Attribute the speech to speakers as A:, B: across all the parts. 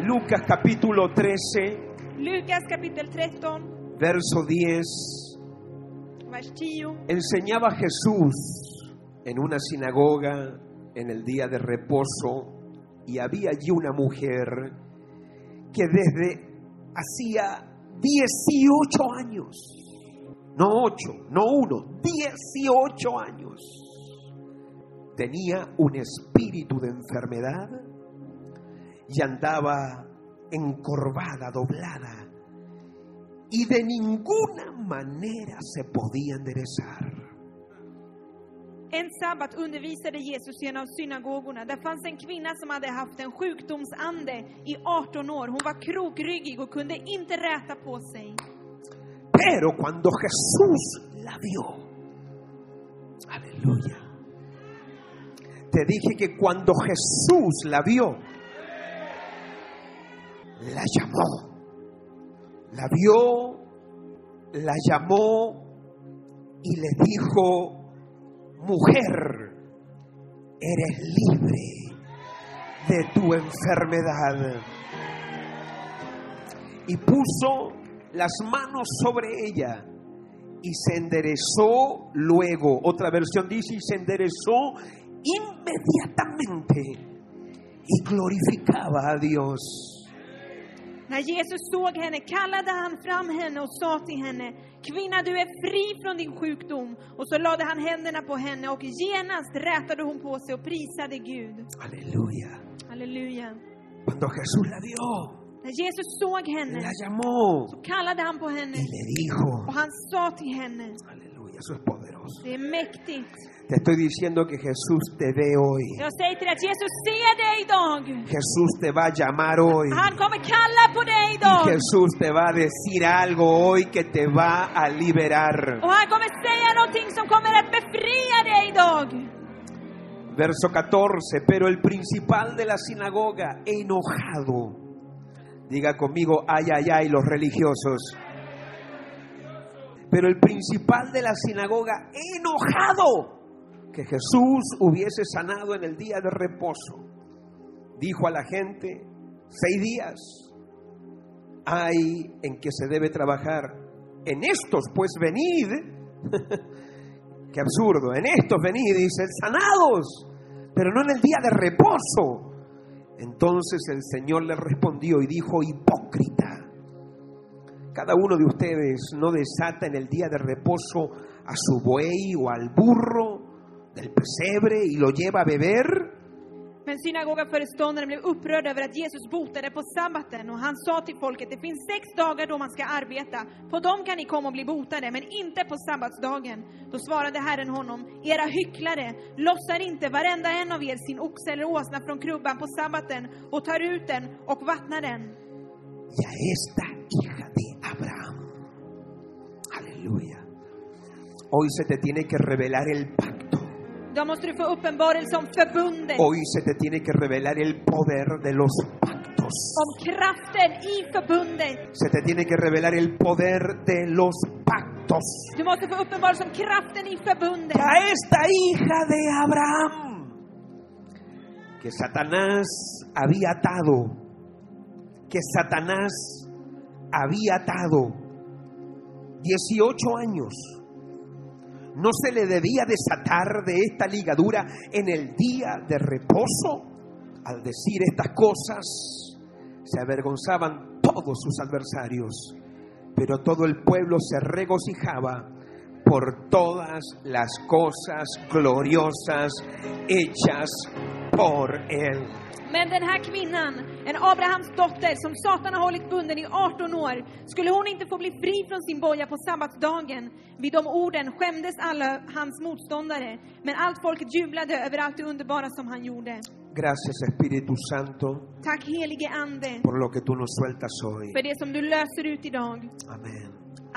A: Lucas capítulo 13,
B: Lukas kapitel 13,
A: verso 10.
B: vers 10.
A: Enseñaba Jesús en una sinagoga en el día de reposo y había allí una mujer que desde hacía 18 años, no 8, no 1, 18 años, tenía un espíritu de enfermedad y andaba encorvada, doblada, y de ninguna manera se podía enderezar.
B: En sabbat undervisade Jesus i en av synagogorna. Där fanns en kvinna som hade haft en sjukdomsande i 18 år. Hon var krokryggig och kunde inte räta på sig.
A: Pero cuando Jesús la vio, aleluya, te dije que cuando Jesús la vio, la llamó, la vio, la llamó y le dijo, mujer, eres libre de tu enfermedad y puso las manos sobre ella y se enderezó luego. Otra versión dice, y se enderezó inmediatamente y glorificaba a Dios.
B: När Jesus såg henne kallade han fram henne och sa till henne, kvinna du är fri från din sjukdom. Och så lade han händerna på henne och genast rätade hon på sig och prisade Gud.
A: Aleluya.
B: Halleluja.
A: Cuando Jesús la vio,
B: När Jesus såg henne
A: la llamó
B: så kallade han på henne
A: y le dijo,
B: och han sa till henne,
A: aleluya, eso es poderoso.
B: det är mäktigt.
A: Te estoy diciendo que Jesús te ve hoy.
B: Jag säger till dig att Jesus ser dig idag.
A: Jesús te va a llamar hoy.
B: Han kommer kalla på dig
A: Y
B: idag.
A: Jesús te va a decir algo hoy que te va a liberar.
B: Och han kommer säga någonting som kommer att befria dig idag.
A: Verso 14, pero el principal de la sinagoga, enojado, diga conmigo, ay, ay, ay, los religiosos. Pero el principal de la sinagoga, enojado, que Jesús hubiese sanado en el día de reposo, dijo a la gente, seis días hay en que se debe trabajar. En estos pues venid Qué absurdo. En estos venid, dice, sanados, pero no en el día de reposo. Entonces el Señor le respondió y dijo, hipócrita, cada uno de ustedes no desata en el día de reposo a su buey o al burro del pesebre y lo lleva a beber.
B: Men synagogaföreståndaren blev upprörd över att Jesus botade på sabbaten och han sa till folket, det finns sex dagar då man ska arbeta. På dem kan ni komma och bli botade, men inte på sabbatsdagen. Då svarade Herren honom, era hycklare, lossar inte varenda en av er sin oxe eller åsna från krubban på sabbaten och tar ut den och vattnar den?
A: y a esta hija de Abraham. Aleluya. Hoy se te tiene que revelar el pacto.
B: Då måste du få uppenbarelse om förbundet,
A: Hoy se te tiene que revelar el poder de los pactos.
B: om kraften i förbundet.
A: Se te tiene que revelar el poder de los pactos.
B: Du måste få uppenbarelse om kraften i förbundet.
A: Que a esta hija de Abraham, que Satanás había atado, que Satanás había atado 18 años, no se le debía desatar de esta ligadura en el día de reposo. Al decir estas cosas, se avergonzaban todos sus adversarios, pero todo el pueblo se regocijaba por todas las cosas gloriosas hechas por él.
B: Men den här kvinnan, en Abrahams dotter som Satan har hållit bunden i 18 år, skulle hon inte få bli fri från sin boja på sabbatsdagen? Vid de orden skämdes alla hans motståndare, men allt folket jublade över allt det underbara som han gjorde.
A: Gracias Espíritu Santo
B: Tack helige Ande
A: por lo que tú nos sueltas hoy.
B: för det som du löser ut idag.
A: Amén.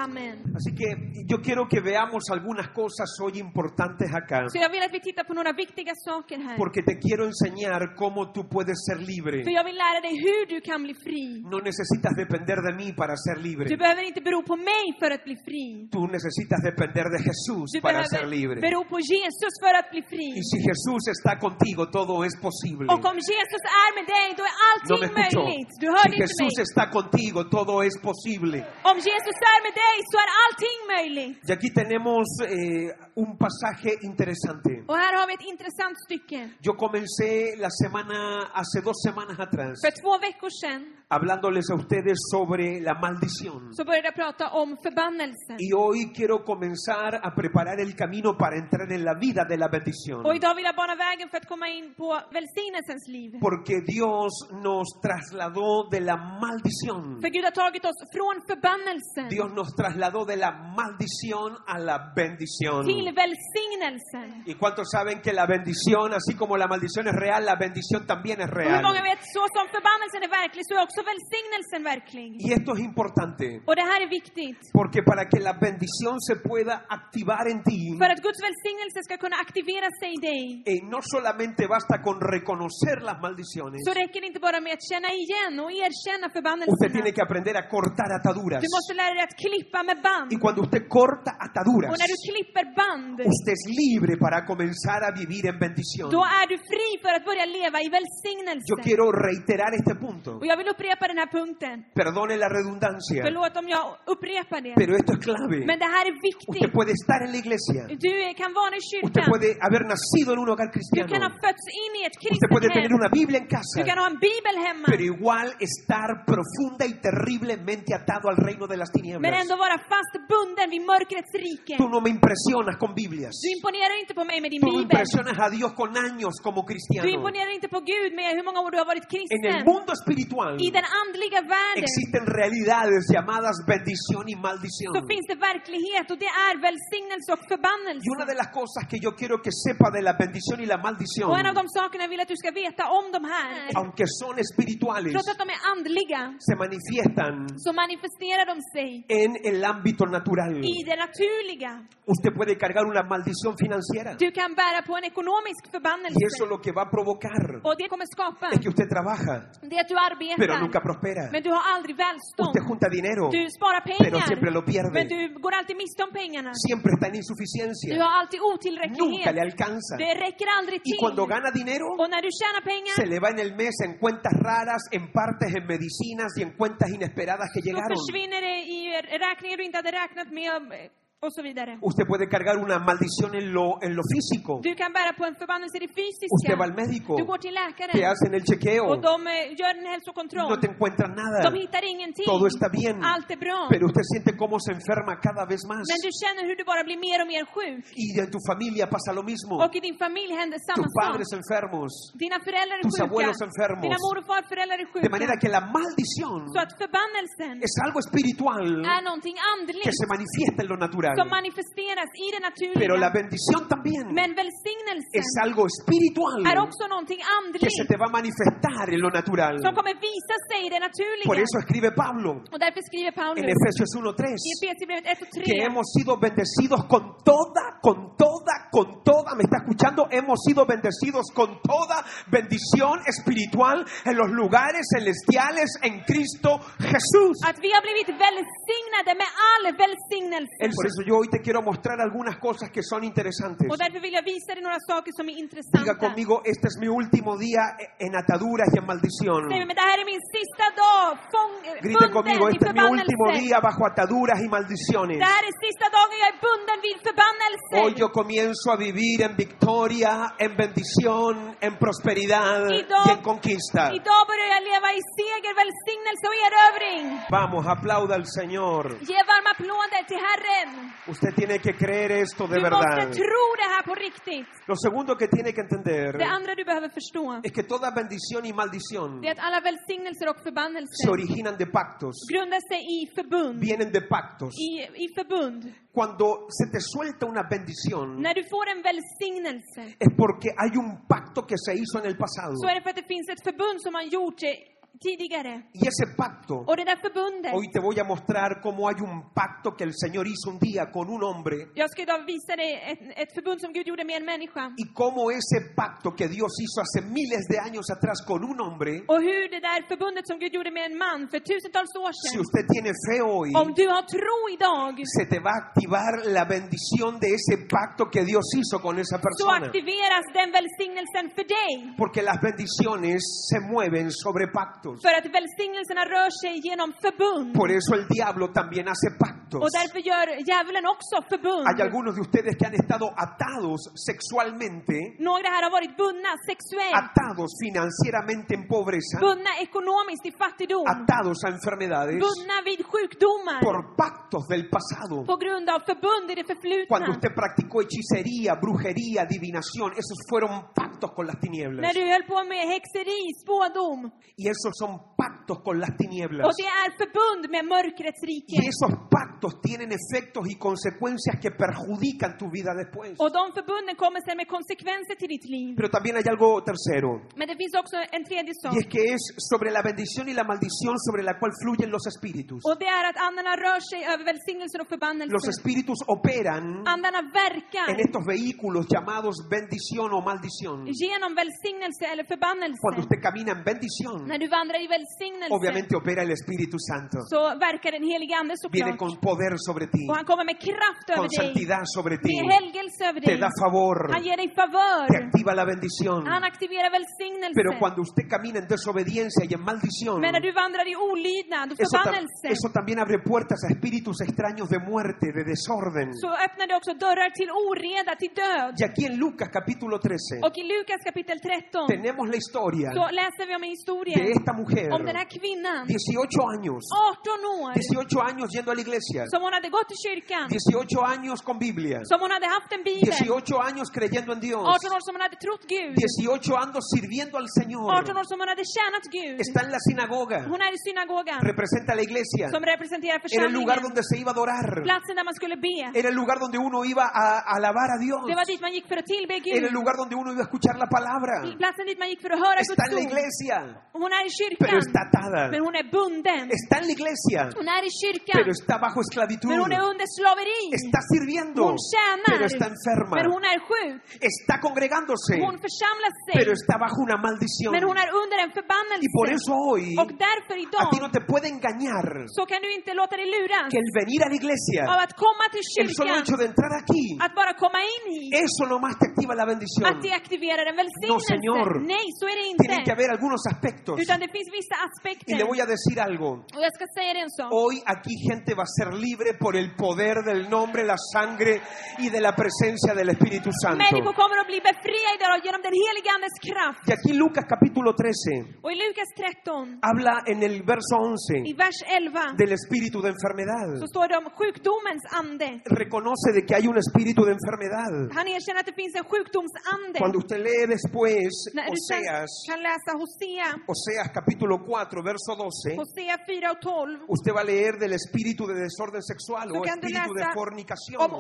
B: Amen.
A: Así que yo quiero que veamos algunas cosas hoy importantes acá,
B: Så jag vill att vi tittar på några viktiga saker här.
A: porque te quiero enseñar cómo tú puedes ser libre.
B: För jag vill lära dig hur du kan bli fri.
A: No necesitas depender de mí para ser
B: Du
A: libre.
B: behöver inte bero på mig för att bli fri.
A: Tú necesitas depender de Jesús
B: Du
A: para ser
B: behöver
A: libre.
B: bero på Jesus för att bli fri.
A: Y si Jesús está contigo, todo es posible.
B: Och om Jesus är med dig, då är
A: No me
B: allting
A: escuchó.
B: möjligt. Du
A: Si
B: hörde inte mig.
A: Jesús está contigo, todo es posible.
B: Om Jesus är med dig, så är allting möjligt.
A: Y aquí tenemos eh, un pasaje interesante.
B: Och här har vi ett intressant stycke.
A: Yo comencé la semana, hace dos semanas atrás,
B: För två veckor sedan
A: hablándoles a ustedes sobre la maldición.
B: så började jag prata om förbannelsen.
A: Y hoy quiero comenzar a preparar el camino para entrar en la vida de la bendición.
B: Och idag vill jag bana vägen för att komma in på välsignelsens liv.
A: Porque Dios nos trasladó de la maldición.
B: För Gud har tagit oss från förbannelsen
A: Dios nos trasladó de la maldición a la bendición.
B: till välsignelsen.
A: ¿Y cuántos saben que la bendición, así como la maldición es real, la bendición también es
B: Och hur
A: real?
B: många vet, så som förbannelsen är verklig så är också välsignelsen verklig.
A: Y esto es importante,
B: Och det här är viktigt.
A: porque para que la bendición se pueda activar en ti,
B: För att Guds välsignelse ska kunna activera sig i dig
A: eh, no solamente basta con reconocer las maldiciones,
B: så räcker det inte bara med att känna igen och erkänna
A: usted tiene
B: förbannelserna.
A: que aprender a cortar ataduras.
B: Du måste lära dig att klippa med band.
A: Y cuando usted corta ataduras,
B: Och när du klipper band,
A: usted es libre para comenzar a vivir en bendición.
B: då är du fri för att börja leva i
A: Yo
B: välsignelse.
A: quiero reiterar este punto.
B: Och jag vill upprepa den här punkten.
A: Perdone la redundancia,
B: Förlåt om jag upprepar det.
A: pero esto es clave.
B: Men det här är
A: Usted
B: viktigt.
A: puede estar en la iglesia.
B: Du kan vara i
A: Usted
B: kyrkan.
A: puede haber nacido en un hogar
B: Du kan ha
A: cristiano.
B: fötts in i ett
A: Usted puede
B: kristet
A: tener
B: hem.
A: una Biblia en
B: Du kan
A: casa.
B: ha en bibel hemma.
A: Pero igual estar profunda y terriblemente atado al reino de las
B: Men
A: tinieblas.
B: ändå vara fast bunden vid mörkrets rike.
A: Tú no me impresionas con Biblias.
B: Du imponerar inte på mig med din
A: Tú no
B: bibel.
A: impresionas a Dios con años como
B: Du
A: cristiano.
B: imponerar inte på Gud med hur många år du har varit
A: En el
B: kristen.
A: mundo espiritual
B: I den andliga världen
A: existen realidades llamadas bendición y
B: så
A: maldición.
B: finns det verklighet och det är välsignelse och förbannelse.
A: Y una de las cosas que yo quiero que sepa de la bendición y la maldición,
B: Och en av de sakerna jag vill att du ska veta om de här,
A: aunque son espirituales,
B: trots att de är andliga,
A: se manifiestan
B: så manifesterar de sig
A: en el ámbito natural.
B: i det naturliga.
A: Usted puede cargar una maldición financiera.
B: Du kan bära på en ekonomisk förbannelse.
A: Y eso lo que va a provocar
B: Och det kommer skapa
A: es que usted trabaja,
B: det är att du
A: pero nunca
B: arbetar,
A: prospera.
B: men du har aldrig välstånd.
A: Usted junta dinero,
B: Du sparar
A: pero siempre lo
B: pengar, men
A: pierde.
B: du går alltid miste om pengarna.
A: Siempre está en
B: Du
A: insuficiencia.
B: har alltid
A: Nunca le
B: otillräcklighet.
A: alcanza.
B: Det räcker aldrig
A: Y
B: till.
A: cuando gana dinero,
B: Och när du tjänar
A: se
B: pengar,
A: le va en el mes en cuentas raras, en partes, en medicinas y en cuentas inesperadas que
B: då
A: llegaron.
B: försvinner det i räkningar du inte hade räknat med eh, och så vidare.
A: Usted puede cargar una maldición en lo, en lo físico.
B: Du kan bära på en förbannelse i det fysiska.
A: Usted va al médico,
B: Du går till
A: te
B: läkaren
A: hacen el chequeo,
B: och de eh, gör en hälsokontroll.
A: no te encuentran nada,
B: De hittar ingenting.
A: todo está bien,
B: Allt är bra.
A: pero usted siente cómo se enferma cada vez más.
B: Men du känner hur du bara blir mer och mer sjuk.
A: Y en tu familia pasa lo mismo.
B: Och i din familj händer samma
A: Tus padres
B: sak.
A: enfermos.
B: Dina föräldrar är
A: tus
B: sjuka.
A: abuelos enfermos.
B: Dina mor och farföräldrar är
A: De manera
B: sjuka.
A: que la maldición
B: Så att förbannelsen
A: es algo espiritual
B: är någonting
A: que
B: andligt
A: se manifiesta en lo natural.
B: som manifesteras i det
A: Pero la
B: naturliga.
A: bendición también
B: Men
A: es
B: välsignelsen
A: algo espiritual
B: är också någonting
A: que se
B: andligt
A: te va a manifestar en lo natural.
B: som kommer visa sig i det
A: Por
B: naturliga.
A: eso escribe Pablo
B: Och därför skriver
A: en
B: Paulus
A: Efesios
B: i
A: 1.3
B: Efesierbrevet 1 och 3
A: que hemos sido bendecidos con toda, con toda, con toda, me está escuchando, hemos sido bendecidos con toda bendición espiritual en los lugares celestiales en Cristo Jesús.
B: att vi har blivit välsignade med all välsignelse.
A: Por eso yo hoy te quiero mostrar algunas cosas que son interesantes.
B: Och därför vill jag visa dig några saker som är
A: Diga
B: intressanta.
A: conmigo, este es mi último día en ataduras y en maldición.
B: Säg, men det här är min sista dag fång,
A: Grite
B: bunden
A: conmigo,
B: i
A: este es mi último
B: förbannelse.
A: día bajo ataduras y maldiciones.
B: Det här är sista dagen jag är bunden vid förbannelse.
A: Hoy yo comienzo a vivir en victoria, en bendición, en prosperidad
B: Y do-
A: y en conquista.
B: Idag börjar jag leva i seger, välsignelse och erövring.
A: Vamos, aplauda al Señor.
B: Ge varma applåder till Herren.
A: Usted tiene que creer esto de
B: Du måste
A: verdad.
B: tro det här på riktigt.
A: Lo segundo que tiene que entender
B: Det andra du behöver förstå
A: es que toda bendición y maldición
B: det är att alla välsignelser och förbannelser
A: se originan de pactos,
B: grundar sig i förbund.
A: vienen de pactos.
B: I, I förbund.
A: Mm. Cuando se te suelta una bendición
B: När du får en välsignelse
A: Mm. es porque hay un pacto que se hizo en el pasado.
B: så är det för att det finns ett förbund som har gjort det tidigare.
A: Y ese pacto,
B: Och det där förbundet,
A: hoy te voy a mostrar cómo hay un pacto que el Señor hizo un día con un hombre
B: jag ska idag visa dig ett, ett förbund som Gud gjorde med en människa.
A: y cómo ese pacto que Dios hizo hace miles de años atrás con un hombre,
B: Och hur det där förbundet som Gud gjorde med en man för tusentals år
A: si
B: sedan,
A: usted tiene fe hoy,
B: om du har tro idag,
A: se te va a activar la bendición de ese pacto que Dios hizo con esa
B: så
A: persona.
B: aktiveras den välsignelsen för dig.
A: Porque las bendiciones se mueven sobre pactos.
B: För att välsignelserna rör sig genom förbund.
A: Por eso el diablo también hace pactos.
B: Och därför gör djävulen också
A: Hay
B: förbund.
A: algunos de ustedes que han estado atados sexualmente,
B: Några här har varit bundna sexuellt,
A: atados financieramente en pobreza,
B: bundna ekonomiskt i fattigdom,
A: atados a enfermedades
B: bundna vid sjukdomar
A: por pactos del pasado.
B: på grund av förbund i det
A: Cuando
B: förflutna.
A: usted practicó hechicería, brujería, adivinación, esos fueron pactos con las tinieblas.
B: När du höll på med häxeri, spådom.
A: Y esos son pactos con las tinieblas.
B: Och det är förbund med mörkrets
A: Y
B: rike.
A: esos pactos tienen efectos y consecuencias que perjudican tu vida después.
B: Och de förbunden kommer sen med konsekvenser till ditt liv.
A: Pero también hay algo tercero,
B: Men det finns också en tredje sak.
A: y es que es sobre la bendición y la maldición sobre la cual fluyen los espíritus.
B: Och det är att andarna rör sig över välsignelsen och
A: Los
B: förbannelsen.
A: espíritus operan
B: Andarna
A: en
B: verkar
A: estos vehículos llamados bendición o maldición.
B: genom välsignelse eller
A: Cuando
B: förbannelse.
A: usted camina en bendición,
B: När du vandrar i välsignelse
A: obviamente opera el Espíritu Santo.
B: så verkar den helige Ande
A: Viene
B: såklart.
A: con poder sobre ti,
B: Och han kommer med kraft över
A: con
B: dig.
A: santidad sobre ti,
B: Med helgelse över
A: te
B: dig.
A: da favor,
B: Han ger dig
A: te
B: favör.
A: activa la bendición.
B: Han aktiverar
A: Pero
B: välsignelse.
A: cuando usted camina en desobediencia y en maldición,
B: Men när du vandrar i olydnad och
A: Eso, tam-
B: förbannelse
A: eso también abre puertas a espíritus extraños de muerte, de desorden.
B: så öppnar det också dörrar till oreda, till död.
A: Y aquí en Lucas capítulo 13
B: Och i Lukas kapitel 13
A: tenemos la historia
B: så läser vi om en historia
A: de esta mujer,
B: om den här kvinnan,
A: 18 años,
B: 18 år,
A: 18 años yendo a la iglesia,
B: som hon hade gått i kyrkan,
A: 18 años con Biblia,
B: som hon hade haft en bibel, 18
A: 18 años creyendo en Dios,
B: år som hon hade trott Gud,
A: 18 años sirviendo al
B: 18 år
A: Señor,
B: som hon hade tjänat Gud.
A: está en la sinagoga,
B: Hon är i synagogan,
A: representa a la iglesia,
B: som representerar
A: era el lugar
B: församlingen,
A: donde se iba a adorar,
B: platsen där man skulle be.
A: era el lugar donde uno iba a a alabar a Dios,
B: Det var dit man gick för att tillbe
A: era el
B: Gud,
A: lugar donde uno iba a escuchar la palabra.
B: platsen dit man gick för att höra
A: Está en la
B: Guds ord.
A: iglesia,
B: Hon är i
A: pero
B: kyrkan,
A: está atada.
B: men hon är bunden.
A: Está en la iglesia,
B: Hon är i kyrkan,
A: pero está bajo esclavitud.
B: men hon är under slaveri.
A: Está sirviendo,
B: Hon tjänar,
A: pero está enferma.
B: men hon är sjuk.
A: Está congregándose,
B: Hon församlar
A: pero
B: sig,
A: está bajo una maldición.
B: men hon är under en
A: Y por
B: förbannelse.
A: eso hoy
B: Och därför
A: a ti no
B: idag
A: te puede engañar
B: så kan du inte låta dig luras
A: que el venir a la iglesia,
B: av att komma till
A: el solo hecho
B: kyrkan,
A: de entrar aquí,
B: att bara komma in hit,
A: eso nomás te activa la bendición.
B: att det aktiverar en
A: Señor.
B: välsignelse. Nej, så är det
A: Tienen que
B: inte.
A: haber algunos aspectos.
B: Utan det finns vissa
A: Y le
B: aspekter.
A: voy a decir algo.
B: Och jag ska säga det en sak.
A: Hoy aquí gente va a ser libre por el poder del nombre, la sangre y de la presencia del Espíritu Santo.
B: Människor kommer att bli befriade idag genom den helige Andes kraft.
A: Y aquí Lucas capítulo 13
B: Och i Lukas 13,
A: habla en el verso 11
B: i vers 11,
A: del espíritu de
B: så
A: enfermedad.
B: står det om sjukdomens ande.
A: Reconoce de que hay un espíritu de enfermedad.
B: Han erkänner att det finns en sjukdomsande.
A: Cuando usted lee después
B: När du sen
A: Oseas,
B: kan läsa Hosea,
A: Oseas capítulo 4, verso 12,
B: Hosea 4 och 12,
A: usted va a leer del espíritu de desorden sexual
B: så
A: o
B: kan du
A: espíritu de
B: läsa
A: fornicación.
B: om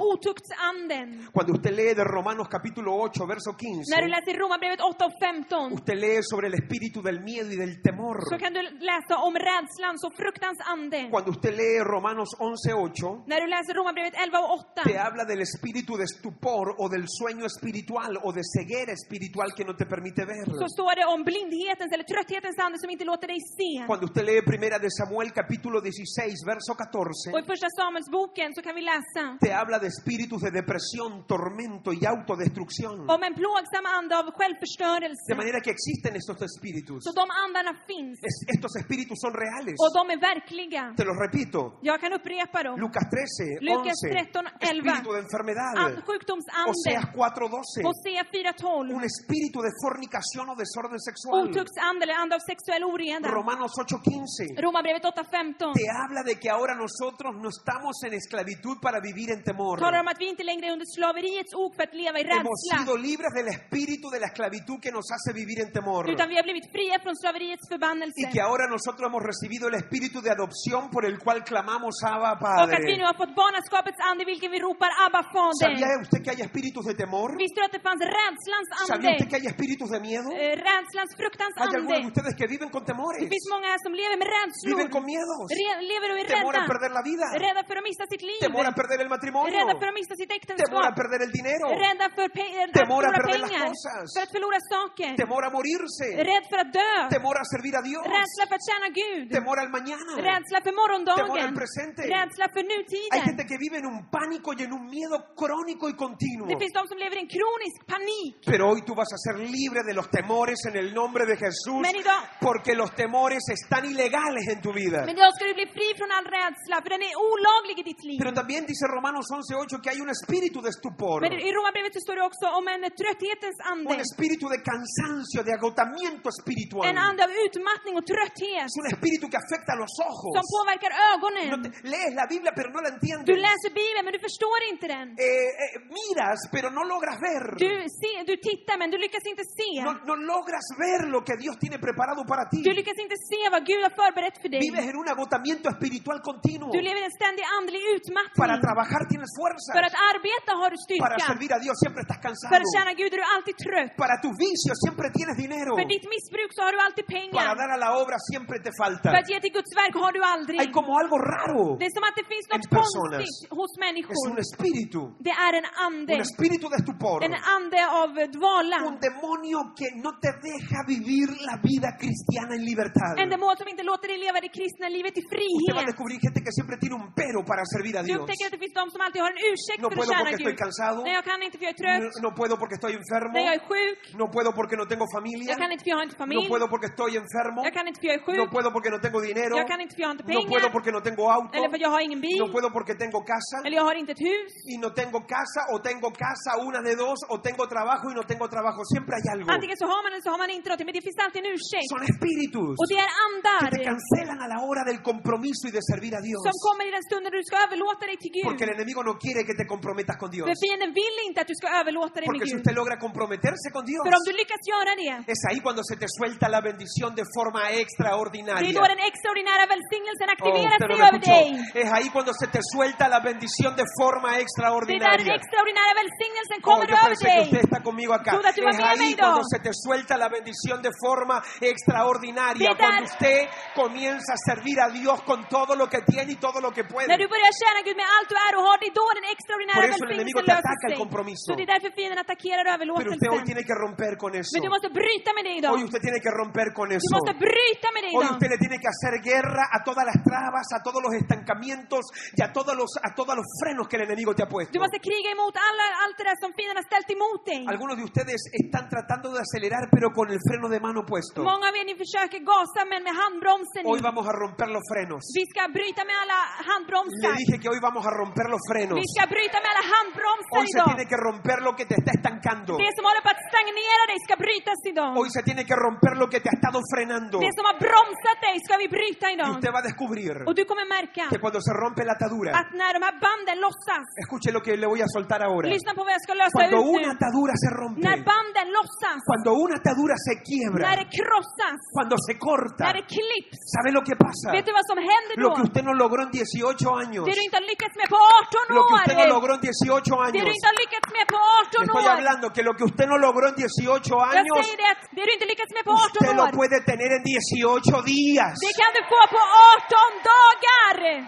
B: otuktsanden.
A: Cuando usted lee de Romanos capítulo 8, verso 15,
B: När du läser Romarbrevet 8 och 15
A: Usted lee sobre el espíritu del miedo y del temor.
B: så kan du läsa om rädslans och fruktans ande.
A: Cuando usted lee Romanos 11:8,
B: När du läser Romarbrevet 11 och 8
A: te habla del espíritu de estupor o del sueño espiritual o de ceguera espiritual que no te permite ver.
B: så står det om blindhetens eller trötthetens ande som inte låter dig se.
A: Cuando usted lee Primera de Samuel capítulo 16, verso 14,
B: Och i Första Samuelsboken så kan vi läsa
A: te habla de espíritus de depresión, tormento y autodestrucción.
B: om en plågsam ande av
A: De
B: självförstörelse.
A: manera que existen estos espíritus.
B: Så de andarna finns
A: Es- estos espíritus son reales.
B: och de är verkliga.
A: Te los repito.
B: Jag kan upprepa dem.
A: Lucas 13,
B: Lucas
A: 11,
B: 13, 11.
A: espíritu de
B: And,
A: enfermedad. Oseas
B: sjukdomsande,
A: 4:12.
B: Hosea 4.12,
A: un espíritu de fornicación o desorden sexual.
B: otuktsande eller ande av sexuell oreda.
A: Romanos 8:15
B: Romarbrevet 8.15
A: te habla de que ahora nosotros no estamos en esclavitud para vivir en temor.
B: talar om att vi inte längre är under slaveriets ok för att leva i
A: Hemos
B: rädsla,
A: sido libres del espíritu de la esclavitud que nos hace vivir en temor.
B: utan vi har blivit fria från slaveriets förbannelse.
A: Y que ahora nosotros hemos recibido el espíritu de adopción por el cual clamamos Abba
B: Och att vi
A: Padre.
B: nu har fått barnaskapets ande, i vilken vi ropar Abba
A: ¿Sabía
B: Fader.
A: usted que hay espíritus de temor?
B: Visste du att det fanns rädslans
A: ¿Sabía
B: ande?
A: usted que hay espíritus de miedo?
B: Eh, Rädslans fruktans
A: Hay algunos de
B: ande.
A: ustedes que viven con temores,
B: Det finns många som lever med
A: viven
B: rädslor.
A: con miedos,
B: Re- lever och är
A: temor a
B: rädda.
A: perder la vida,
B: Rädda för att mista sitt liv.
A: temor a perder el matrimonio,
B: Rädda för att mista sitt
A: temor a
B: äktenskap.
A: perder el dinero,
B: Rädda för pe- att
A: Temor a
B: förlora
A: perder las
B: pengar.
A: cosas.
B: För att förlora saker.
A: temor a morirse,
B: Rädd för att dö.
A: temor a servir a Dios,
B: Rädsla för att tjäna Gud.
A: temor al mañana.
B: Rädsla för
A: Temor al
B: morgondagen.
A: presente.
B: Rädsla för
A: Hay
B: nutiden.
A: gente que vive en un pánico y en un miedo crónico y continuo.
B: Det finns de som lever i en kronisk panik.
A: Pero hoy tú vas a ser libre de los temores en el nombre de Jesús,
B: Merido.
A: porque los temores están ilegales en tu vida.
B: Men idag ska du bli fri från all rädsla, för den är olaglig i ditt liv.
A: Pero también dice Romanos 11:8 que hay un espíritu de estupor,
B: Men i Romarbrevet så står det också om en trötthetens ande.
A: un espíritu de cansancio, de agotamiento espiritual.
B: En ande av utmattning och trötthet
A: Es un espíritu que afecta a los ojos.
B: som påverkar ögonen.
A: No te- lees la Biblia pero no la
B: Du
A: entiendes.
B: läser Bibeln, men du förstår inte den.
A: Eh, eh, miras pero no logras ver.
B: Du, ser, du tittar, men du lyckas inte se.
A: No, no logras ver lo que Dios tiene preparado para ti.
B: Du lyckas inte se vad Gud har förberett för dig.
A: Vives en un agotamiento espiritual continuo.
B: Du lever i en ständig andlig
A: Para
B: utmattning.
A: trabajar tienes
B: För
A: fuerza.
B: att arbeta har du
A: Para
B: styrka.
A: servir a Dios siempre estás cansado.
B: För att tjäna Gud är du alltid trött.
A: Para tus vicios siempre tienes dinero.
B: För ditt missbruk så har du alltid
A: Para
B: pengar.
A: dar a la obra siempre te falta.
B: För att ge till Guds verk har du aldrig.
A: Hay como algo raro.
B: Det är som att det finns något
A: En personas.
B: konstigt hos
A: Es
B: människor.
A: un espíritu.
B: Det är en ande.
A: Un espíritu de estupor.
B: En ande av dvala.
A: Un demonio que no te deja vivir la vida cristiana en libertad.
B: En demon som inte låter dig leva det kristna livet i
A: Usted va a
B: frihet.
A: descubrir gente que siempre tiene un pero para servir a
B: Du
A: Dios.
B: upptäcker att det finns de som alltid har en ursäkt
A: No
B: för
A: puedo
B: att tjäna
A: porque estoy
B: Gud.
A: cansado.
B: Nej, jag kan inte för jag är
A: No,
B: trött.
A: no puedo porque estoy enfermo.
B: Nej, jag är sjuk.
A: No puedo porque no tengo familia.
B: Jag kan inte för jag har inte
A: No
B: familj.
A: puedo porque estoy enfermo.
B: Jag kan inte för jag är
A: No
B: sjuk.
A: puedo porque no tengo dinero.
B: Jag kan inte för jag har inte
A: No puedo
B: pengar.
A: porque no tengo auto.
B: Eller för jag har ingen bil.
A: No puedo porque tengo casa.
B: Eller jag har inte ett hus.
A: y no tengo casa, o tengo casa, una de dos, o tengo trabajo y no tengo trabajo. Siempre hay algo.
B: Antingen så har man eller så har man inte någonting. Men det finns alltid en ursäkt.
A: Son espíritus
B: Och det är
A: que te
B: andar
A: cancelan a la hora del compromiso y de servir a Dios.
B: som kommer i den stunden du ska överlåta dig till Gud.
A: Porque el enemigo no quiere que te comprometas con Dios.
B: För fienden vill inte att du ska överlåta dig med
A: Porque si
B: Gud.
A: usted logra comprometerse con Dios,
B: För om du lyckas göra det,
A: es ahí cuando se te suelta la bendición de forma
B: det är
A: extraordinaria.
B: då den extraordinära välsignelsen
A: Oh,
B: aktiverar
A: usted no
B: sig
A: me
B: över dig.
A: escuchó. Es ahí cuando se te suelta la bendición de forma
B: Det är där den
A: extraordinaria.
B: extraordinära välsignelsen
A: Oh,
B: kommer
A: yo
B: över
A: pensé que
B: dig.
A: usted está conmigo acá.
B: Duda, tú vas
A: es
B: bien,
A: ahí
B: Meido.
A: cuando se te suelta la bendición de forma extraordinaria.
B: Duda.
A: Cuando usted comienza a servir a Dios con todo lo que tiene y todo lo que
B: När
A: puede.
B: du börjar tjäna Gud med allt du är och har, det är då den extraordinära
A: Por eso el enemigo te
B: välsignelsen löser
A: ataca el
B: sig.
A: compromiso.
B: Så det är därför fienden attackerar
A: Pero usted hoy
B: överlåtelsen.
A: tiene que romper con eso.
B: Men du måste bryta med det idag.
A: Hoy usted tiene que romper con
B: Du
A: eso.
B: måste bryta med det
A: Hoy
B: idag.
A: usted le tiene que hacer guerra a todas las trabas, a todos los estancamientos y a todos los, a todos los frenos que el enemigo te ha
B: Du
A: puesto.
B: måste kriga emot alla, allt det där som fienden har ställt emot dig.
A: Algunos de ustedes están tratando de acelerar pero con el freno de mano puesto.
B: Många av er ni försöker gasa men med handbromsen i.
A: Hoy vamos a romper los frenos.
B: Vi ska bryta med alla
A: Le
B: handbromsar.
A: dije que hoy vamos a romper los frenos.
B: Vi ska bryta med alla handbromsar
A: Hoy se
B: idag.
A: tiene que romper lo que te está estancando.
B: Det som håller på att stagnera dig ska brytas idag.
A: Hoy se tiene que romper lo que te ha estado frenando.
B: Det som har bromsat dig ska vi bryta
A: Y
B: idag.
A: usted va a descubrir
B: Och du kommer märka
A: que cuando se rompe la atadura,
B: att när de här banden lossas,
A: escuche lo que le voy a soltar ahora.
B: lyssna på vad jag ska lösa
A: Cuando
B: ut nu.
A: una atadura se
B: När
A: rompe,
B: banden lossas,
A: cuando una atadura se
B: när
A: quiebra,
B: det krossas,
A: cuando se corta,
B: när det klipps.
A: ¿sabe lo que pasa?
B: Vet du vad som händer då?
A: Lo que usted no logró en 18 años,
B: Det du
A: lo
B: inte har lyckats med på 18
A: que
B: år.
A: usted no logró en 18
B: Det
A: años,
B: du inte har lyckats med på
A: le
B: 18
A: estoy
B: år.
A: hablando que lo que usted no logró en 18
B: Jag
A: años,
B: säger det att det du inte lyckats med på 18
A: usted lo
B: år,
A: puede tener en 18 días.
B: det kan du få på 18 dagar!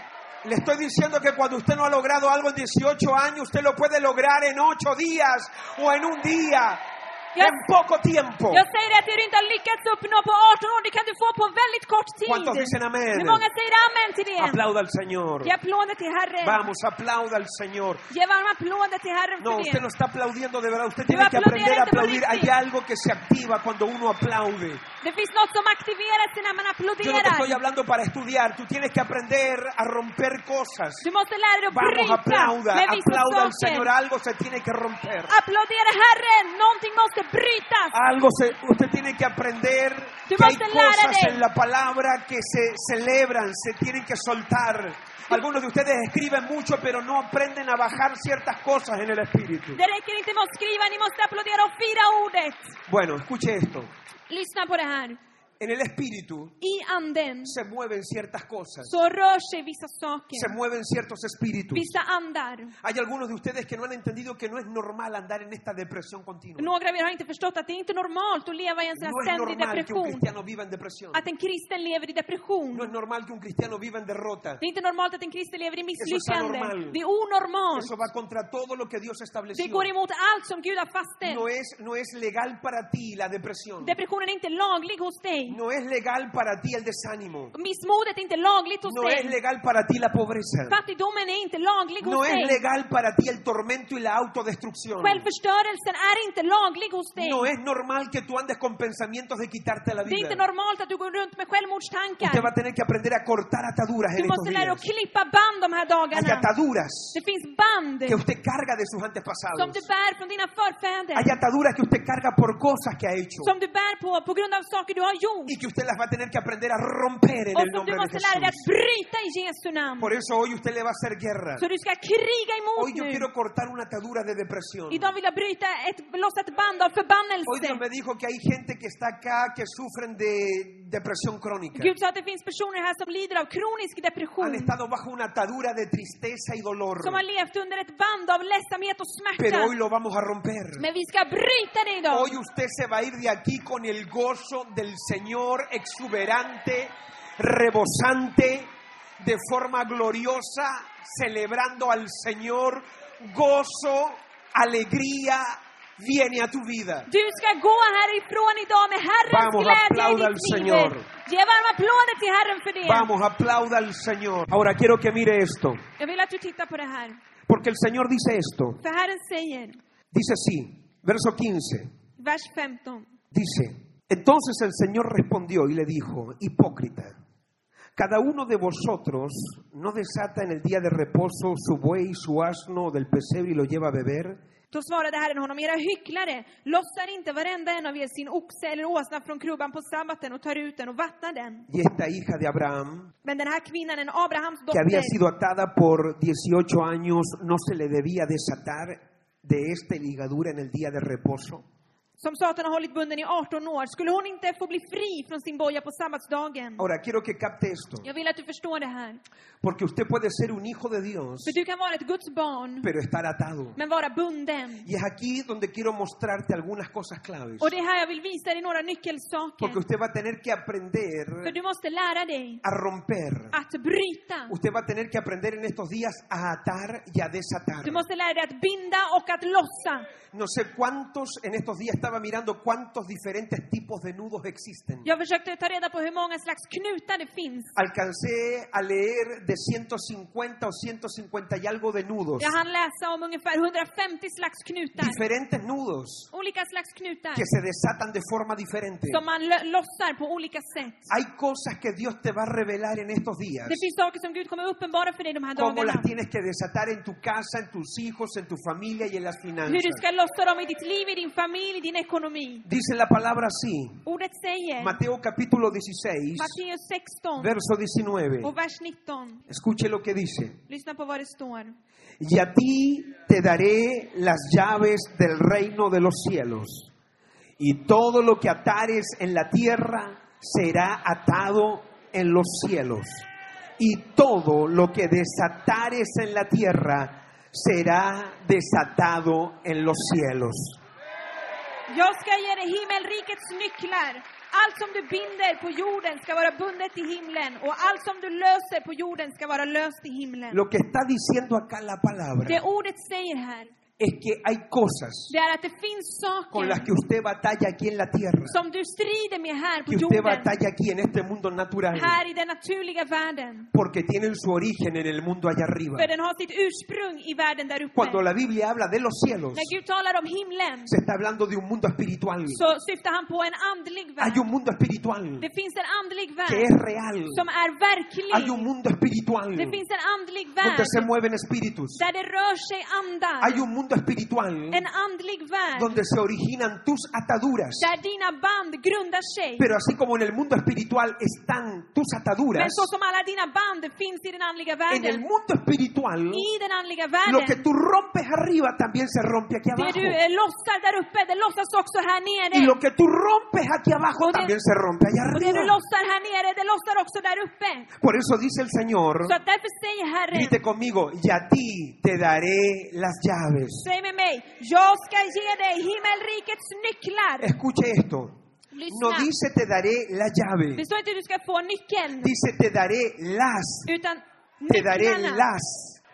A: Le estoy diciendo que cuando usted no ha logrado algo en 18 años, usted lo puede lograr en 8 días o en un día,
B: Yo-
A: en poco tiempo.
B: Jag säger det att det du inte har lyckats uppnå på 18 år, det kan du få på väldigt kort tid.
A: ¿Cuántos dicen amén?
B: Hur många säger amen till det?
A: Aplauda al Señor.
B: Ge applåder till Herren.
A: Vamos, aplauda al Señor.
B: Ge varma applåder till Herren
A: No,
B: för det.
A: usted no está aplaudiendo de verdad. Usted
B: Pero
A: tiene que aprender a
B: aplaudirle por
A: aplaudir. este Hay
B: decir.
A: algo que se activa cuando uno aplaude.
B: Det finns något som aktiveras när man
A: Yo no te
B: applåderar.
A: estoy hablando para estudiar. Tú tienes que aprender a romper cosas.
B: Du måste lära dig att
A: Vamos,
B: bryta
A: aplauda.
B: med vissa
A: Aplauda al
B: saker.
A: Señor. Algo se tiene que romper.
B: Applådera Herren! Någonting måste brytas!
A: Algo se, usted tiene que aprender
B: Tú
A: que hay
B: vas a hablar
A: cosas
B: de-
A: en la palabra que se celebran, se tienen que soltar. Algunos de ustedes escriben mucho, pero no aprenden a bajar ciertas cosas en el espíritu.
B: Det räcker inte med att skriva, ni måste applådera och fira ordet.
A: Bueno, escuche esto.
B: Lyssna på det här.
A: en el espíritu
B: I anden
A: se mueven ciertas cosas,
B: så rör sig vissa
A: se
B: saker,
A: mueven ciertos espíritus.
B: vissa andar.
A: Hay algunos de ustedes que no han entendido que no es normal andar en esta depresión continua.
B: Några av er har inte förstått att det är inte normalt att leva i en sån
A: No
B: här
A: es
B: ständig
A: normal que un
B: depression.
A: cristiano viva en depresión.
B: Att en kristen lever i
A: No
B: depression.
A: es normal que un cristiano viva en derrota.
B: Det är inte normalt att en kristen lever i misslyckande.
A: anormal.
B: Det är onormalt.
A: Eso va contra todo lo que Dios
B: Det
A: estableció.
B: går emot allt som Gud har
A: No
B: fastställt.
A: es, no es legal para ti la depresión.
B: Depressionen är inte laglig hos dig.
A: No es legal para ti el desánimo.
B: Missmodet är inte lagligt hos
A: No es
B: dig.
A: legal para ti la pobreza.
B: Fattigdomen är inte laglig
A: No
B: hos
A: es
B: dig.
A: legal para ti el tormento y la autodestrucción.
B: Självförstörelsen är inte laglig hos dig.
A: No es normal que tú andes con pensamientos de quitarte la
B: Det är inte
A: vida.
B: normalt att du går runt med
A: Usted va
B: självmordstankar.
A: a tener que aprender a cortar ataduras
B: Du
A: en estos
B: måste lära dig
A: días.
B: att klippa band de här
A: Hay
B: dagarna.
A: ataduras
B: Det finns band
A: que usted carga de sus
B: som
A: antepasados.
B: du bär från dina förfäder.
A: Hay ataduras que usted carga por cosas que ha hecho
B: Som du bär på på grund av saker du har gjort.
A: y que usted las va a tener que aprender a romper en
B: Och
A: el
B: som
A: nombre
B: du
A: de
B: måste lära dig att
A: Jesús.
B: bryta i Jesu namn.
A: Por eso hoy usted le va a hacer guerra.
B: Så du ska kriga
A: Hoy
B: emot
A: yo
B: nu.
A: quiero cortar una atadura de depresión.
B: Idag vill jag bryta ett, loss ett band av
A: Hoy Dios
B: förbannelse.
A: me dijo que hay gente que está acá que sufren de depresión crónica.
B: Gud sa att det finns personer här som lider av kronisk
A: Han
B: depression.
A: estado bajo una atadura de tristeza y dolor.
B: Som har levt under ett band av ledsamhet och
A: Pero hoy
B: smärta.
A: lo vamos a romper.
B: Men vi ska bryta det idag.
A: Hoy usted se va a ir de aquí con el gozo del Señor exuberante, rebosante, de forma gloriosa, celebrando al Señor. Gozo, alegría, viene a tu vida.
B: Du ska gå härifrån idag med Herrens
A: Vamos,
B: glädje i
A: applauda al
B: ditt
A: Señor.
B: liv. Ge varma applåder till Herren för det.
A: Vamos, aplauda al Señor. Ahora quiero que mire esto,
B: Jag vill att du tittar på det här.
A: porque el Señor dice esto.
B: För Herren säger,
A: Dice así, verso 15.
B: vers 15.
A: Dice, entonces el Señor respondió y le dijo, hipócrita, cada uno de vosotros no desata en el día de reposo su buey y su asno del pesebre y lo lleva a beber.
B: Då svarade Herren honom, era hycklare, lossar inte varenda en av er sin oxe eller åsna från krubban på sabbaten och tar ut den och vattnar den.
A: Y esta hija de Abraham,
B: Men den här kvinnan, en Abrahams
A: que había
B: dotter,
A: sido atada por 18 años, no se le debía desatar de esta ligadura en el día de reposo.
B: som Satan har hållit bunden i 18 år, skulle hon inte få bli fri från sin boja på sabbatsdagen?
A: Ahora, quiero que capte esto,
B: Jag vill att du förstår det här.
A: porque usted puede ser un hijo de Dios,
B: För du kan vara ett Guds barn,
A: pero estar atado.
B: men vara bunden.
A: Y es aquí donde quiero mostrarte algunas cosas claves.
B: Och det är här jag vill visa dig några nyckelsaker.
A: Porque usted va a tener que aprender
B: För du måste lära dig
A: a romper.
B: att bryta.
A: Usted va a tener que aprender en estos días a atar y a desatar.
B: Du måste lära dig att binda och att lossa.
A: No sé cuántos, en estos días estaba mirando cuántos diferentes tipos de nudos existen.
B: Jag försökte ta reda på hur många slags knutar det finns.
A: Alcancé a leer de 150 o 150 y algo de nudos.
B: Jag hann läsa om ungefär 150 slags knutar.
A: Diferentes nudos
B: Olika slags knutar
A: que se desatan de forma diferente.
B: som man lo- lossar på olika sätt.
A: Hay cosas que Dios te va a revelar en estos días.
B: Det finns saker som Gud kommer uppenbara för dig de här
A: Cómo
B: dagarna.
A: las tienes que desatar en tu casa, en tus hijos, en tu familia y en las
B: Hur du
A: finanzas.
B: ska lossa dem i ditt liv, i din familj, i din ekonomi.
A: Dice la palabra así,
B: Ordet säger,
A: Mateo capítulo 16,
B: Matteus 16
A: verso 19.
B: och vers 19.
A: Escuche lo que dice.
B: Lyssna på vad det står.
A: Y a ti te daré las llaves del reino de los cielos. Y todo lo que atares en la tierra será atado en los cielos. Y todo lo que desatares en la tierra será desatado en los cielos.
B: Jag ska ge dig himmelrikets nycklar. Allt som du binder på jorden ska vara bundet i himlen och allt som du löser på jorden ska vara löst i himlen.
A: Lo que está diciendo acá la
B: Det
A: palabra
B: ordet säger här,
A: es que hay cosas
B: det är att det finns
A: con las que
B: saker
A: usted batalla aquí en la tierra,
B: som du strider med här på
A: que usted
B: jorden,
A: batalla aquí en este mundo natural.
B: här i den naturliga världen.
A: porque tienen su origen en el mundo allá arriba.
B: För den har sitt ursprung i världen där uppe.
A: Cuando la Biblia habla de los cielos,
B: När Gud talar om himlen
A: se está hablando de un mundo espiritual.
B: så syftar han på en andlig
A: Hay
B: värld.
A: un mundo espiritual
B: Det finns en andlig
A: que
B: värld
A: es real.
B: som är
A: Hay un
B: verklig.
A: mundo espiritual
B: Det finns en andlig
A: donde
B: värld
A: se mueven espíritus.
B: där det rör sig andar.
A: Hay un mundo mundo espiritual
B: en andlig värld
A: donde se originan tus ataduras.
B: där dina band grundar sig.
A: Pero así como en el mundo espiritual están tus
B: Men
A: ataduras,
B: så som alla dina band finns i den andliga
A: en el
B: världen,
A: mundo espiritual
B: i den andliga
A: lo que
B: världen,
A: tú rompes arriba también se rompe aquí
B: det du
A: abajo.
B: eh, lossar där uppe, det lossas också här
A: Y
B: nere.
A: lo que tú rompes aquí abajo
B: Donde-
A: también se rompe allá
B: Och det du
A: arriba.
B: lossar här nere, det lossar också där uppe.
A: Por eso dice el Señor,
B: Så att därför säger Herren,
A: grite conmigo, y a ti te daré las llaves.
B: säg med mig, jag ska ge dig himmelrikets nycklar.
A: Escuche esto. Eh, No
B: Lyssna.
A: dice te daré la llave,
B: Det står inte du ska få nyckeln,
A: dice te daré las,
B: utan
A: te daré
B: nycklarna.
A: las.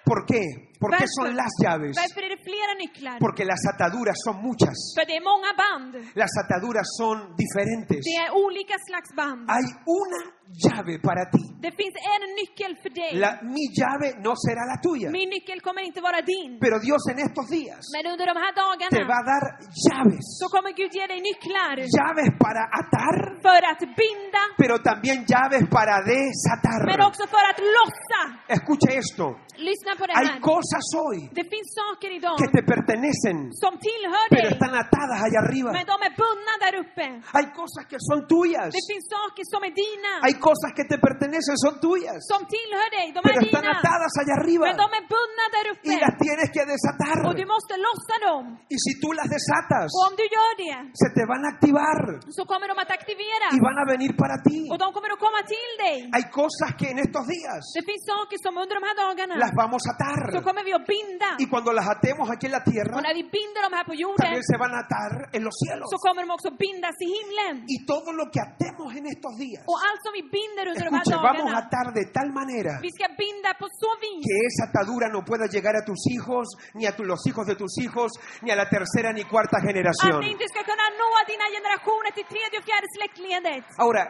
A: ¿Por qué? ¿Por qué son las llaves?
B: varför är det flera nycklar?
A: Porque las ataduras son muchas.
B: För det är många band.
A: Las ataduras son diferentes.
B: Det är olika slags band.
A: Hay una llave para ti.
B: Det finns en nyckel för dig.
A: La- mi llave no será la tuya.
B: Min nyckel kommer inte vara din.
A: Pero Dios en estos días
B: Men under de här
A: te va
B: dagarna
A: a dar llaves.
B: så kommer Gud ge dig nycklar
A: Llaves para atar,
B: för att binda,
A: pero también llaves para desatar.
B: men också för att lossa.
A: Escuche esto.
B: Lyssna på det
A: Hay
B: här.
A: cosas hoy
B: Det finns saker idag
A: que te pertenecen,
B: som tillhör
A: pero
B: dig,
A: están atadas allá arriba.
B: men de är bundna där uppe.
A: Hay cosas que son tuyas.
B: Det finns saker som är dina,
A: Hay cosas que te pertenecen, son tuyas,
B: som tillhör dig, de
A: pero
B: är
A: están
B: dina.
A: atadas allá arriba.
B: Men de är bundna där
A: Y las
B: uppe
A: tienes que desatar.
B: och du måste lossa dem.
A: Y si tú las desatas,
B: Och om du gör det
A: se te van a activar
B: så kommer de att aktiveras
A: y van a venir para ti.
B: och de kommer att komma till dig.
A: Hay cosas que en estos días
B: Det finns saker som under de här dagarna
A: las vamos a
B: så
A: atar.
B: kommer vi att binda
A: Y cuando las atemos aquí en la tierra,
B: och när vi binder dem här på jorden
A: también se van a atar en los cielos.
B: så kommer de också bindas i himlen.
A: Y todo lo que atemos en estos días,
B: Och allt som vi binder under de här
A: escuche, vamos a
B: dagarna,
A: atar de tal manera
B: vi ska binda på så vis
A: que esa atadura no pueda llegar a tus hijos, ni a tu- los hijos de tus hijos, ni a la tercera ni cuarta
B: att
A: generación.
B: det inte ska kunna nå dina generationer till tredje och fjärde släktledet.
A: Ahora,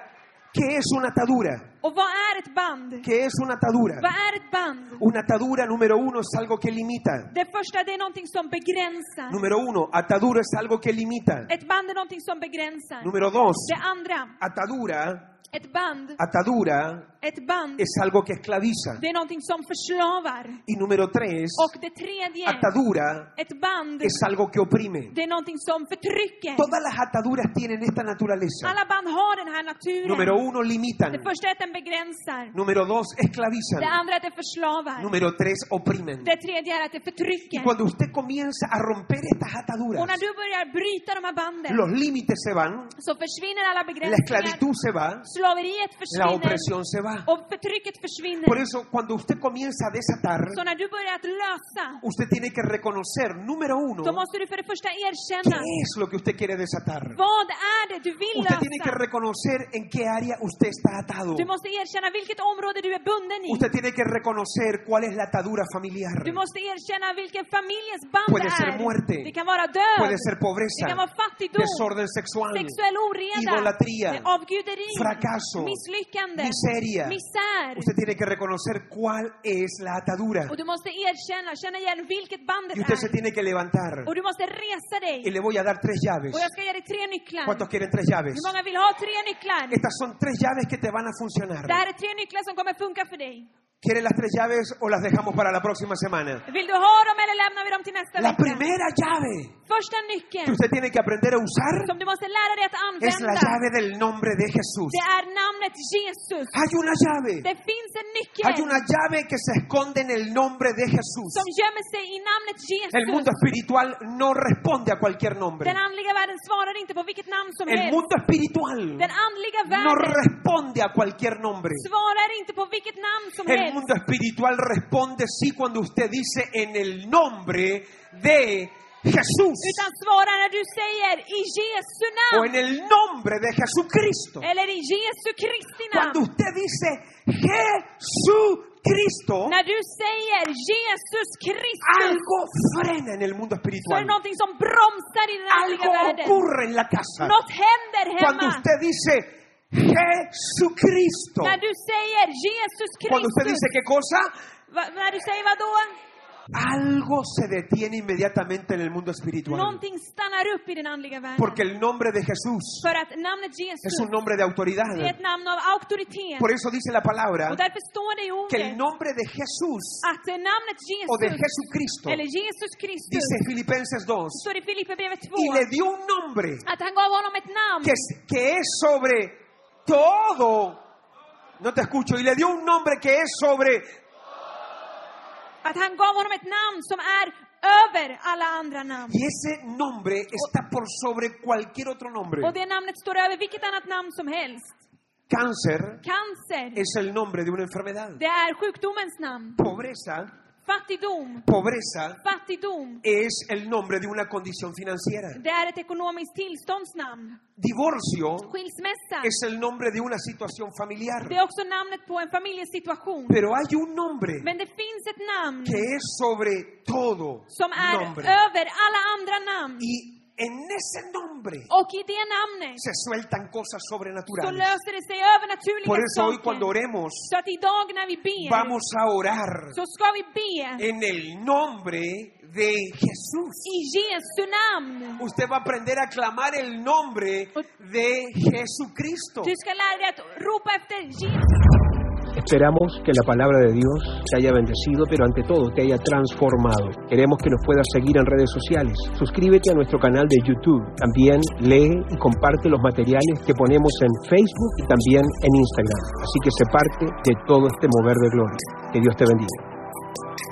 A: ¿qué es una atadura?
B: Och vad är ett band?
A: ¿Qué es una atadura?
B: Vad är ett band?
A: Una atadura número uno es algo que limita.
B: Det första, det är någonting som begränsar.
A: Número uno, atadura es algo que limita.
B: Ett band är någonting som begränsar.
A: Número dos,
B: Det andra,
A: atadura,
B: ett band,
A: atadura
B: ett band,
A: Ah. es algo que esclaviza.
B: det är någonting som förslavar.
A: Y número tres,
B: Och det tredje,
A: atadura
B: ett band,
A: es algo que oprime.
B: det är någonting som förtrycker.
A: Todas las ataduras tienen esta naturaleza.
B: Alla band har den här naturen.
A: Número uno, limitan.
B: Det första är att den begränsar.
A: Número dos,
B: Det
A: esclavizan.
B: andra är att den förslavar.
A: Número tres, oprimen.
B: Det tredje är att det
A: Y
B: förtrycker.
A: cuando usted comienza a romper estas ataduras,
B: Och när du börjar bryta de här banden
A: los límites se van,
B: så försvinner alla
A: la
B: begränsningar.
A: esclavitud se va,
B: Slaveriet
A: la
B: försvinner
A: opresión se va.
B: och förtrycket försvinner.
A: Por eso, cuando usted comienza a desatar,
B: Så när du börjar att lösa,
A: usted tiene que reconocer, número uno,
B: då måste du för det första
A: qué
B: erkänna
A: es lo que usted quiere desatar.
B: Vad är det du vill
A: Usted tiene que
B: lösa?
A: reconocer en qué área usted está atado.
B: Du måste erkänna vilket område du är bunden i.
A: Usted tiene que reconocer cuál es la atadura familiar.
B: Du måste erkänna vilken familjens band
A: Puede ser muerte.
B: är. Det kan vara död.
A: Puede ser
B: Det
A: pobreza,
B: kan vara fattigdom.
A: desorden sexual,
B: Sexuell oreda.
A: idolatría,
B: Avguderi.
A: fracaso,
B: Misslyckande.
A: miseria.
B: Misär.
A: Usted tiene que reconocer cuál es la atadura.
B: Och du måste erkänna, känna igen vilket bandet
A: Y usted se
B: är.
A: tiene que levantar.
B: Och du måste resa dig.
A: Y le voy a dar tres llaves.
B: Och jag ska ge dig tre nycklar.
A: ¿Cuántos quieren tres llaves?
B: Hur många vill ha tre nycklar?
A: Estas son tres llaves que te van a funcionar.
B: Det här är tre nycklar som kommer funka för dig.
A: ¿Quieren las tres llaves o las dejamos para la próxima semana?
B: Vill du ha dem eller lämnar vi dem till nästa
A: La
B: vecka?
A: primera llave
B: Första
A: que
B: nyckeln
A: usted tiene que aprender a usar
B: som du måste lära dig att
A: es la
B: använda,
A: llave del nombre de Jesús.
B: det är namnet Jesus.
A: Hay una llave.
B: Det finns en nyckel
A: Hay una llave que se esconde en el nombre de Jesús.
B: som gömmer sig i namnet
A: El mundo
B: Jesus.
A: espiritual no responde a cualquier nombre.
B: Den andliga världen svarar inte på vilket namn som
A: El
B: helst.
A: mundo espiritual
B: Den andliga
A: no
B: världen
A: responde a cualquier nombre.
B: svarar inte på vilket namn som
A: El
B: helst.
A: mundo espiritual responde sí cuando usted dice en el nombre de Jesús
B: Utan svarar när du säger i Jesu
A: o
B: namn
A: en el nombre de Jesucristo.
B: eller i Jesu Kristi
A: Cuando
B: namn.
A: usted dice Jesucristo,
B: När du säger Jesus Kristus
A: algo frena en el mundo
B: så är
A: espiritual.
B: det någonting som bromsar i den andliga
A: Algo
B: världen.
A: ocurre en la casa.
B: Något händer
A: Cuando
B: hemma.
A: usted dice Jesucristo,
B: När du säger Jesus
A: cuando usted
B: Kristus.
A: dice qué cosa,
B: Va, när du säger vad då?
A: algo se detiene inmediatamente en el mundo espiritual.
B: Någonting stannar upp i den andliga världen.
A: Porque el nombre de Jesús
B: För att namnet
A: es
B: Jesus
A: un nombre de autoridad.
B: det är ett namn av auktoritet.
A: Por eso dice la palabra
B: Och därför står det i
A: que Ah, el
B: ordet
A: nombre de Jesús
B: att det är namnet
A: o de
B: Jesus,
A: Jesucristo,
B: eller Jesus Kristus,
A: dice Filipenses 2,
B: står i Filipperbrevet 2,
A: y le dio un nombre
B: att han gav honom ett namn
A: que es, que es sobre todo. No te escucho. Y le dio un nombre que es sobre
B: Att han gav honom ett namn som är över alla andra namn.
A: Y ese nombre está por sobre cualquier otro nombre.
B: Och det namnet står över vilket annat namn som helst.
A: Cáncer
B: Cancer,
A: es el nombre de una enfermedad.
B: det är sjukdomens namn.
A: Pobreza,
B: Fattigdom,
A: pobreza
B: fattigdom,
A: es el nombre de una condición financiera.
B: det är ett ekonomiskt tillståndsnamn.
A: Divorcio
B: Skilsmässa,
A: es el nombre de una situación familiar.
B: det är också namnet på en familjesituation.
A: Pero hay un nombre
B: Men det finns ett namn
A: que es sobre todo
B: som ah, eh, är
A: nombre.
B: över alla andra namn.
A: Y en ese nombre
B: Och i det namnet
A: se sueltan cosas
B: så
A: sobrenaturales.
B: löser det sig övernaturliga
A: Por eso hoy cuando
B: saker.
A: oremos,
B: Så att idag när vi ber
A: vamos a orar
B: så ska vi be
A: en el nombre de Jesús.
B: i Jesu namn.
A: Usted va a aprender a clamar el nombre de Jesucristo.
B: Du ska lära dig att ropa efter Jesus.
C: Esperamos que la palabra de Dios te haya bendecido, pero ante todo te haya transformado. Queremos que nos puedas seguir en redes sociales. Suscríbete a nuestro canal de YouTube. También lee y comparte los materiales que ponemos en Facebook y también en Instagram. Así que sé parte de todo este mover de gloria. Que Dios te bendiga.